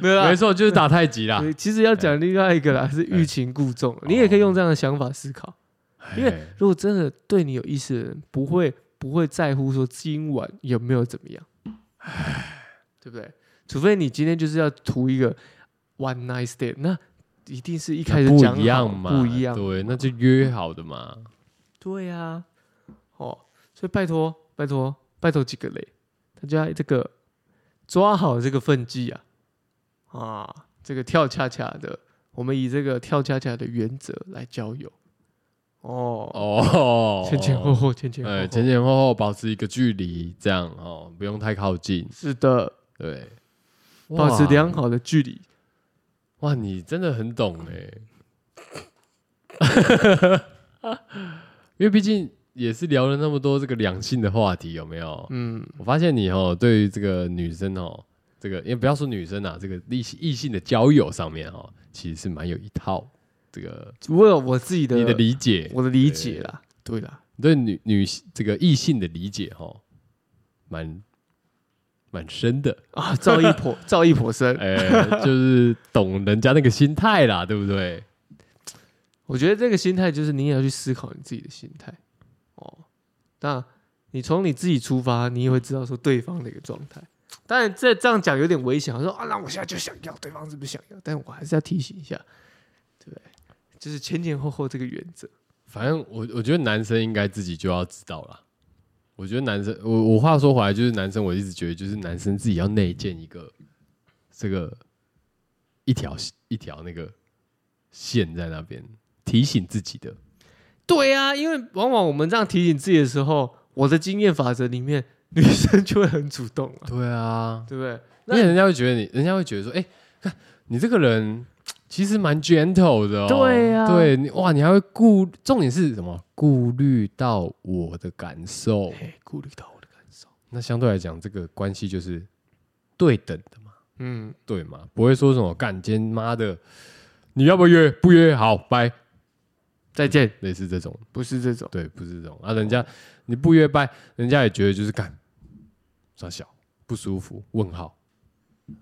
没有啦没，错，就是打太极啦，啊对其实要讲另外一个啦，是欲擒故纵。你也可以用这样的想法思考。因为哎如果真的对你有意思的人，不会不会在乎说今晚有没有怎么样，对不对？除非你今天就是要图一个 one night stand，那一定是一开始不讲好一样嘛，不一样，对，那就约好的嘛，对呀、哦，所以拜托，拜托，拜托几个雷，大家这个抓好这个分际啊，啊，这个跳恰恰的，我们以这个跳恰恰的原则来交友，哦，哦，前前后后，前前后后，哎，前前后后保持一个距离，这样哦，不用太靠近，是的，对，保持哇良好的距离，哇，你真的很懂哎， <laughs> 因为毕竟也是聊了那么多这个两性的话题，有没有？嗯，我发现你哦，对于这个女生哦，这个也不要说女生啊，这个异性异性的交友上面哦，其实是蛮有一套这个我有我自己的你的理解，我的理解啦，对啦，你对女女这个异性的理解哦，蛮蛮深的，啊，赵一婆，赵一婆 <laughs> 生，哎、就是懂人家那个心态啦，对不对？我觉得这个心态就是你也要去思考你自己的心态哦。那你从你自己出发，你也会知道说对方的一个状态。当然，这这样讲有点危险，我说啊，那我现在就想要，对方是不是想要？但我还是要提醒一下，对不对？就是前前后后这个原则。反正我我觉得男生应该自己就要知道啦。我觉得男生，我我话说回来，就是男生，我一直觉得就是男生自己要内建一个这个一条一条那个线在那边提醒自己的。对啊，因为往往我们这样提醒自己的时候，我的经验法则里面，女生就会很主动了、对啊，对不对？因为人家会觉得你，人家会觉得说，哎、看你这个人其实蛮 gentle 的哦。对啊对你哇，你还会顾，重点是什么？顾虑到我的感受。哎，顾虑到我的感受，那相对来讲，这个关系就是对等的嘛，嗯，对嘛，不会说什么干今天妈的，你要不要约？不约，好，拜，再见，类似这种。不是这种，对，不是这种啊，人家你不约拜，人家也觉得就是干傻小不舒服，问号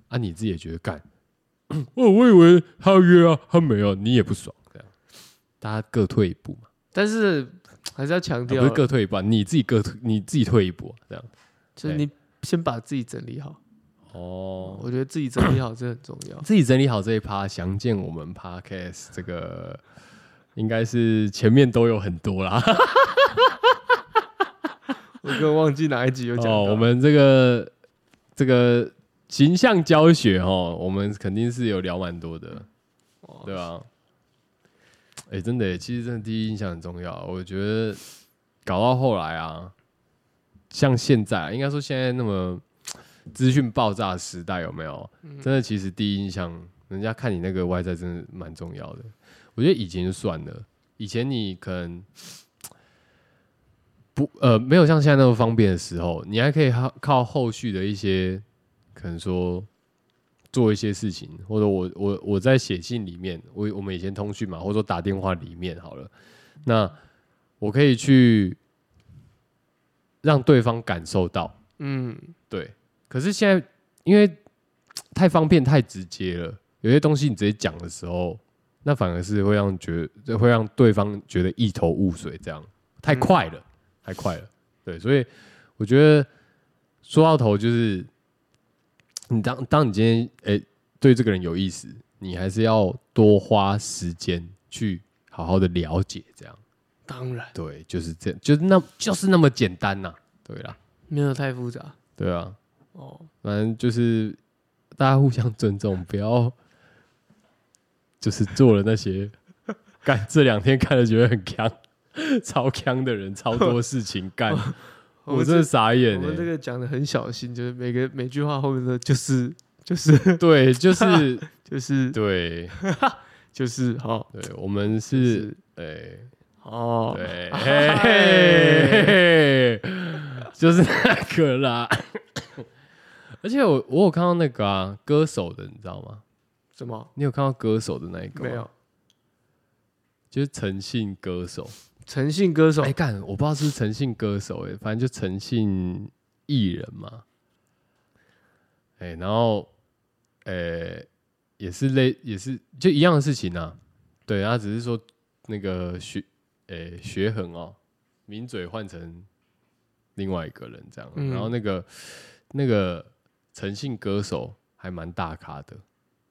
啊，你自己也觉得干， <clears throat> 哦，我以为他要约啊，他没有，你也不爽，这样大家各退一步嘛，但是还是要强啊调不啦、是各退一步、啊，你自己各退，你自己退一步、啊，这样就是你先把自己整理好。哦。。我觉得自己整理好真的很重要自己整理好这一趴，详见我们 podcast 这个应该是前面都有很多啦。我根本忘记哪一集有讲到哦，我们这个这个形象教学哦，我们肯定是有聊蛮多的，哦对吧、哎、真的耶，其实真的第一印象很重要。我觉得搞到后来啊，像现在，应该说现在那么资讯爆炸的时代，有没有？嗯真的，其实第一印象，人家看你那个外在，真的蛮重要的。我觉得以前就算了，以前你可能不呃没有像现在那么方便的时候，你还可以靠靠后续的一些可能说做一些事情，或者我我我在写信里面，我我们以前通讯嘛，或者说打电话里面好了，那我可以去让对方感受到，嗯，对，可是现在因为太方便、太直接了，有些东西你直接讲的时候，那反而是会让觉得会让对方觉得一头雾水，这样太快了，太快了。对，所以我觉得说到头就是，你当当你今天诶、对这个人有意思，你还是要多花时间去好好的了解，这样当然对，就是这样，就是那就是那么简单呐、对啦，没有太复杂对啊。哦。反正就是大家互相尊重， <laughs> 不要就是做了那些干这两天看了觉得很强、超强的人，超多事情干，我们真的这傻眼我们这哎、个讲的很小心，就是每个每句话后面的就是就是 <laughs> 对，就是就是对就是好对，我们就是哎、哦， <laughs> 对，嘿嘿嘿就是那个啦。 <coughs> 而且我我有看到那个啊歌手的，你知道吗？什么？你有看到歌手的那一个吗没有，就是诚信歌手。诚信歌手哎、干，我不知道是不是诚信歌手哎、反正就诚信艺人嘛。哎、然后，呃、也是类，也是就一样的事情啊。对，他只是说那个学，呃、学恒哦，名嘴换成另外一个人这样。啊嗯然后那个那个诚信歌手还蛮大咖的，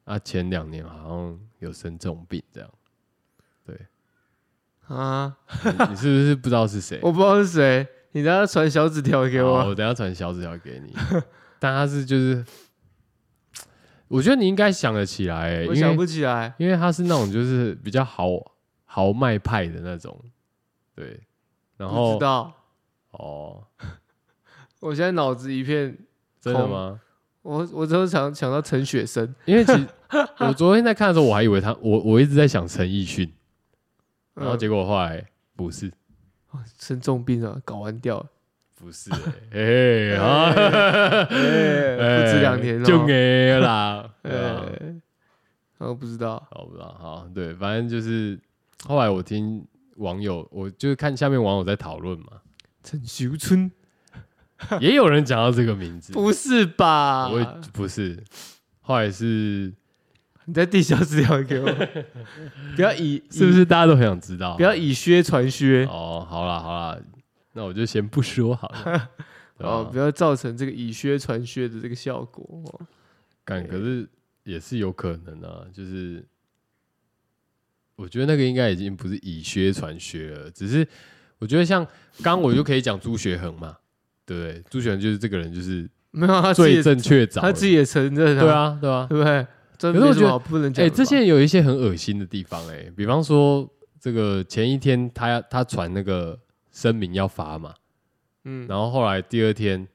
啊，前两年好像有生重病这样。啊，你你是不是不知道是谁？ <laughs> 我不知道是谁，你等下传小纸条给好我啊。我等一下传小纸条给你。 <laughs> 但他是就是，我觉得你应该想得起来、欸我因想为不起来，因为他是那种就是比较豪豪迈派的那种，对。然不后知道，哦，我现在脑子一片，真的空吗？我我只有想想到陈雪生，因为其 <laughs> 实我昨天在看的时候，我还以为他，我我一直在想陈奕迅，然后嗯结果后来不是，生重病了，搞完 <laughs> 掉了，不是、 <laughs> 欸，嘿嘿啊，哎 <laughs> 哎不止两年哦就没啦，对啊呃，我不知道，好不知道，好，对，反正就是后来我听网友，我就是看下面网友在讨论 <laughs> 嘛，陈 <laughs> 秀春也有人讲到这个名字，不是啊吧？我也不是，后来是你再递小纸条 <laughs> 给我，不要以是不以是大家都很想知道？啊不要以靴传靴哦，好啦好啦，那我就先不说好 <laughs> 了。对啊哦，不吧？要造成这个以靴传靴的这个效果哦。干，可是也是有可能啊，就是我觉得那个应该已经不是以学传学了，只是我觉得像刚我就可以讲朱学恒嘛，对不对？朱学恒就是这个人就是没有，他自己最也正确找他自己也承认，对，啊，对啊。对不对？真可是我没什觉么得好不能讲哎、的吧。这些有一些很恶心的地方、哎，比方说这个前一天他他传那个声明要发嘛，嗯，然后后来第二天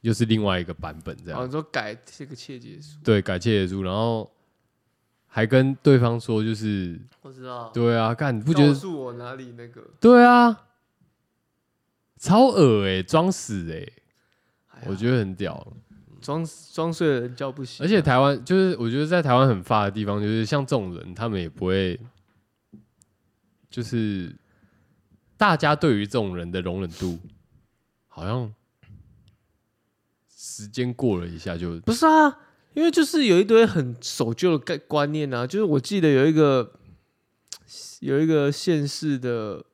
又是另外一个版本这样，哦，你说改这个切结书，对，改切结书，然后还跟对方说就是，我知道，对啊，干你不觉告得？诉哦我哪里那个？对啊，超恶哎、装死哎、哎我觉得很屌。得装装睡的人叫不醒，而且台湾就是，我觉得在台湾很发的地方，就是像这种人，他们也不会，就是大家对于这种人的容忍度，好像时间过了一下就不是啊，因为就是有一堆很守旧的概观念啊，就是我记得有一个有一个县市的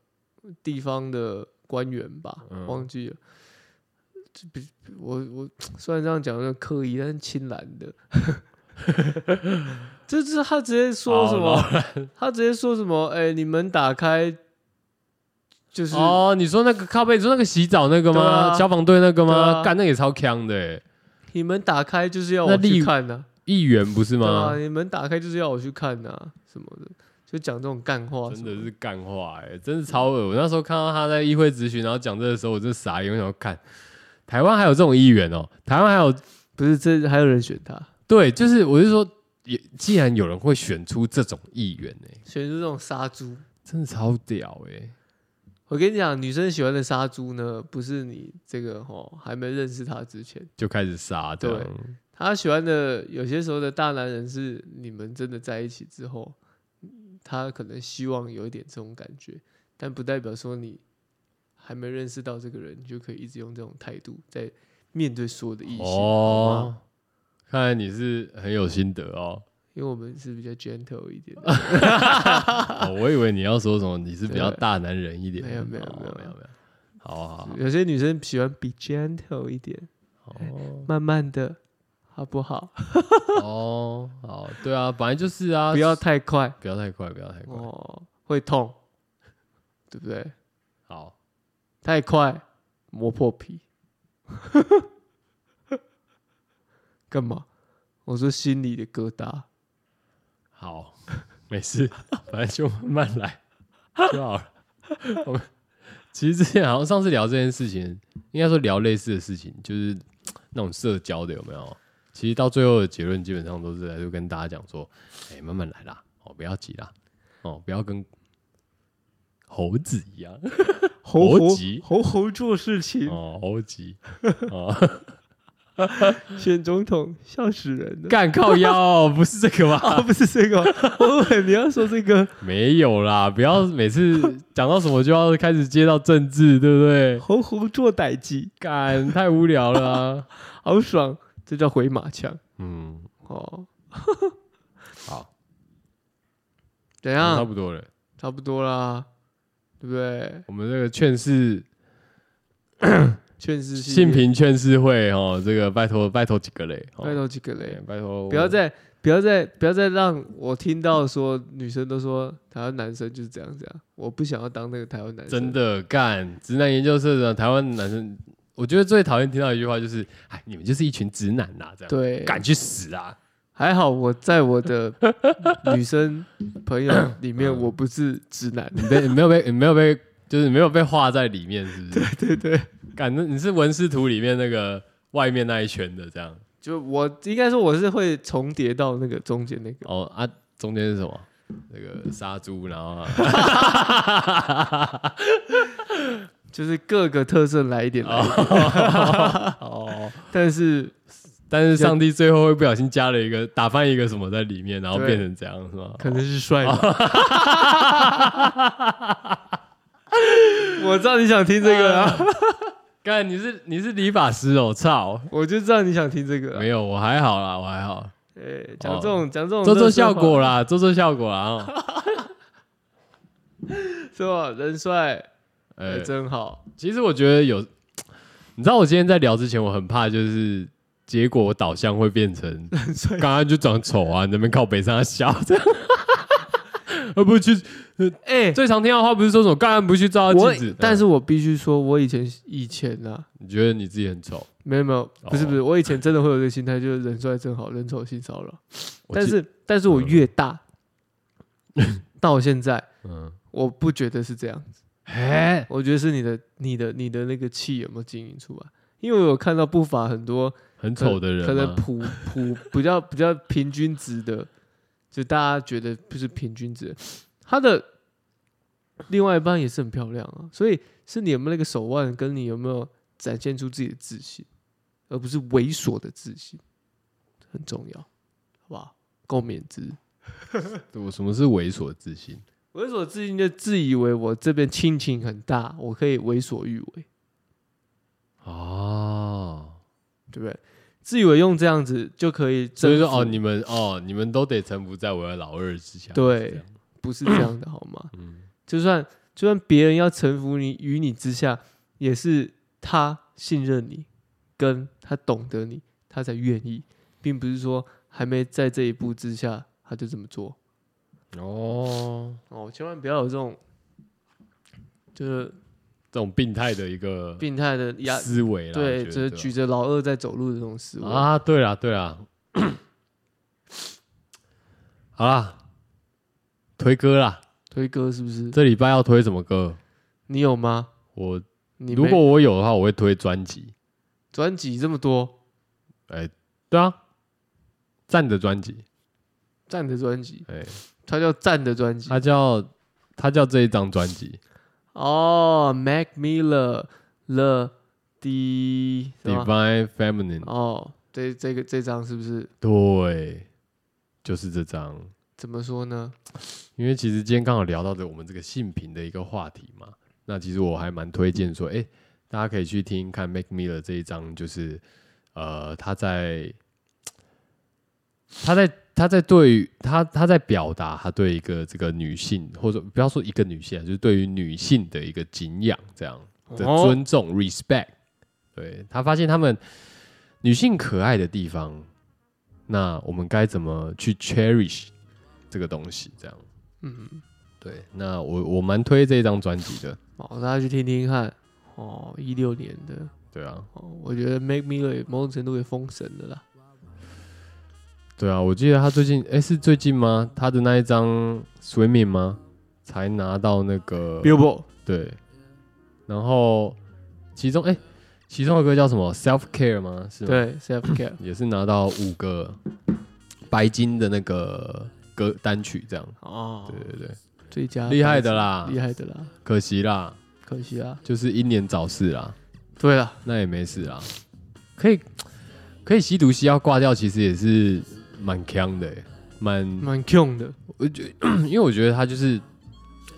地方的官员吧，嗯忘记了。这比我我虽然这样讲有点刻意，但是青蓝的， <laughs> 就是他直接说什好么，他直接说什么，哎、你门打开，就是、哦，你说那个靠背，你说那个洗澡那个吗？对啊消防队那个对吗？啊干、那个也超强的、欸，你门打开就是要那我立去看啊的、议员不是对啊，吗？你门打开就是要我去看呐、什么的，就讲这种干话什真的么是干话哎、真是超恶！我那时候看到他在议会咨询，然后讲这个时候，我真的傻眼，我想说看台湾还有这种议员哦、台湾还有不是这还有人选他，对，就是我是说，也既然有人会选出这种议员呢、选出这种杀猪。真的超屌哎、我跟你讲，女生喜欢的杀猪呢，不是你这个哦，还没认识他之前，就开始杀这样。她喜欢的有些时候的大男人是你们真的在一起之后，他可能希望有一点这种感觉，但不代表说你还没认识到这个人，你就可以一直用这种态度在面对所有的异性。啊好哦吗，看来你是很有心得 <laughs> 哦。因为我们是比较 gentle 一点的，哦我以为你要说什么，你是比较大男人一点。没有没有哦没有没有没有。好啊好好有些女生喜欢比 gentle 一点，哦慢慢的，好不好？ <laughs> 哦好，对啊，本来就是啊，不要太快不要太快，不要太快。哦，会痛，对不对？好，太快磨破皮， <laughs> 干嘛？我说心里的疙瘩，好， <laughs> 没事，反正就慢慢来就好了。我们其实之前好像上次聊这件事情，应该说聊类似的事情，就是那种社交的有没有？其实到最后的结论基本上都是来就跟大家讲说，哎、慢慢来啦，哦，不要急啦，哦，不要跟猴子一样，猴猴急猴猴做事情，哦，猴急，哦， <laughs> 选总统笑死人了。干靠腰哦、不是这个啊，吧？ <laughs> 不是这个， <laughs> 我以为你要说这个，没有啦，不要每次讲到什么就要开始接到政治，对不对？猴猴做歹鸡，干太无聊了啊、好爽，这叫回马枪 <laughs> 嗯，哦。 <laughs> 好，怎差样？不多了。差不多啦，对不对？我们这个劝世劝世系列性，平劝世会哦，这个拜托拜托几个嘞，哦拜托几个对嘞，拜托不要再不要再不要再让我听到说女生都说台湾男生就是这样这样，我不想要当那个台湾男生。真的干直男研究社的台湾男生，我觉得最讨厌听到一句话就是，哎，你们就是一群直男呐、这样对，敢去死啊！还好我在 <laughs> 我的女生朋友里面，嗯我不是直男。你被没有被没有被就是没有被画在里面，是不是？对对，感那你是文师图里面那个外面那一圈的这样就我应该说我是会重叠到那个中间那个。哦啊，中间是什么？那个杀猪，然后啊 <laughs> 就是各个特色来一点来一点， <laughs> 哦，但是但是上帝最后会不小心加了一个打翻一个什么在里面，然后对变成这样是吗？可能是帅吧。哦 <laughs> 我知道你想听这个啊，干你是你是理发师哦，操！我就知道你想听这个啊没。有，我还好啦，我还好，哎，讲这种讲这种哦做做乐色效话果啦，做做效果啦。 <laughs> 哦是吧？人帅呃哎，，真好。其实我觉得有，你知道我今天在聊之前，我很怕就是结果导向会变 <laughs> 成刚刚就长丑啊，你那边靠北上笑 <laughs> 这样。而不去哎，最常听到的话不是说什么，刚然不去照他我镜子，但嗯是我必须说，我以前以前啊，你觉得你自己很丑，没有没有，不是哦不是，我以前真的会有这个心态，就是人帅真好，人丑性骚扰。我但记是但是我越大，到现在嗯，我不觉得是这样。哎，我觉得是你的、你的、你的那个气有没有经营出来？因为我有看到不乏很多很可丑的人啊可能吗普普比较比较平均值的，就大家觉得不是平均值的，他的另外一半也是很漂亮啊，所以是你有没有那个手腕，跟你有没有展现出自己的自信，而不是猥琐的自信，很重要，好不好？共勉之。我什么是猥琐自信？猥琐自信就自以为我这边亲情很大，我可以为所欲为。哦，对不对？自以为用这样子就可以所征服，以说哦，你们哦，你们都得臣服在我的老二之下。对是这样不是这样的好吗？嗯，就算就算别人要臣服你于你之下，也是他信任你，跟他懂得你，他才愿意，并不是说还没在这一步之下他就这么做哦，哦。千万不要有这种就是这种病态的一个病态的压，思维啦，对，我就啊觉是得举着老二在走路的这种思维。啊，对啦，对啦， <coughs> 好啦，推歌啦，推歌是不是？这礼拜要推什么歌？你有吗？我你如没果我有的话，我会推专辑。专辑这么多，哎，对啊，站的专辑，站的专辑，哎，它叫站的专辑。它叫它叫这一张专辑哦，Mac Miller The D 什么 Divine Feminine，哦，这这个这张是不是对，就是这张。怎么说呢？因为其实今天刚好聊到的我们这个性平的一个话题嘛，那其实我还蛮推荐说，哎、大家可以去听听看 Make Miller 这一张，就是呃，他在他在他在对于他他在表达他对一个这个女性，或者不要说一个女性啊，就是对于女性的一个敬仰这样的哦，尊重、respect。对他发现他们女性可爱的地方，那我们该怎么去 cherish 这个东西？这样。嗯，对，那我我蛮推这一张专辑的，好，大家去听听看。哦，一六年的，对啊，哦，我觉得 Mac Miller 也某种程度也封神了啦。对啊，我记得他最近，哎、是最近吗？他的那一张《Swimming》吗？才拿到那个 Billboard 对，然后其中哎、诶其中有个叫什么《Self Care》吗？是吗？，对 Self Care 也是拿到五个白金的那个歌单曲，这样，哦对，对对，最佳厉害白的金，啦，厉害的啦，可惜啦，可惜啊。就是英年早逝啦，对了，那也没事啦，可以。可以吸毒吸到挂掉，其实也是蛮强的、欸，蛮蛮 Q 的，我觉 <clears throat> 因为我觉得他就是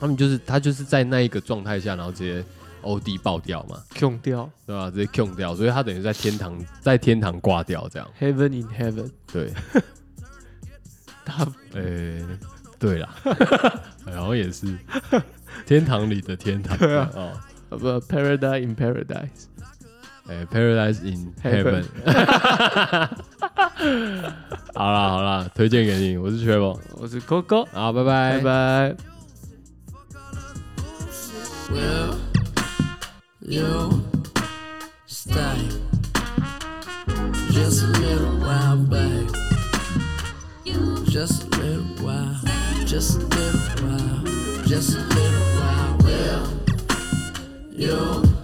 他们就是他就是在那一个状态下，然后直接 O D 爆掉嘛， Q 掉对吧、直接 Q 掉，所以他等于在天堂在天堂挂掉这样， Heaven in Heaven，对，他呃、对 <laughs> 啦，然后也是天堂里的天堂，对啊哦，呃不 Paradise in Paradise，哎、p a r a d i s e in Heaven Heaven，好啦好啦，推荐给你，我是 Travel，我是 Coco，好，拜拜拜拜。 Will you stay just a little while, babe? Just a little while, just a little while, just a little while. Will you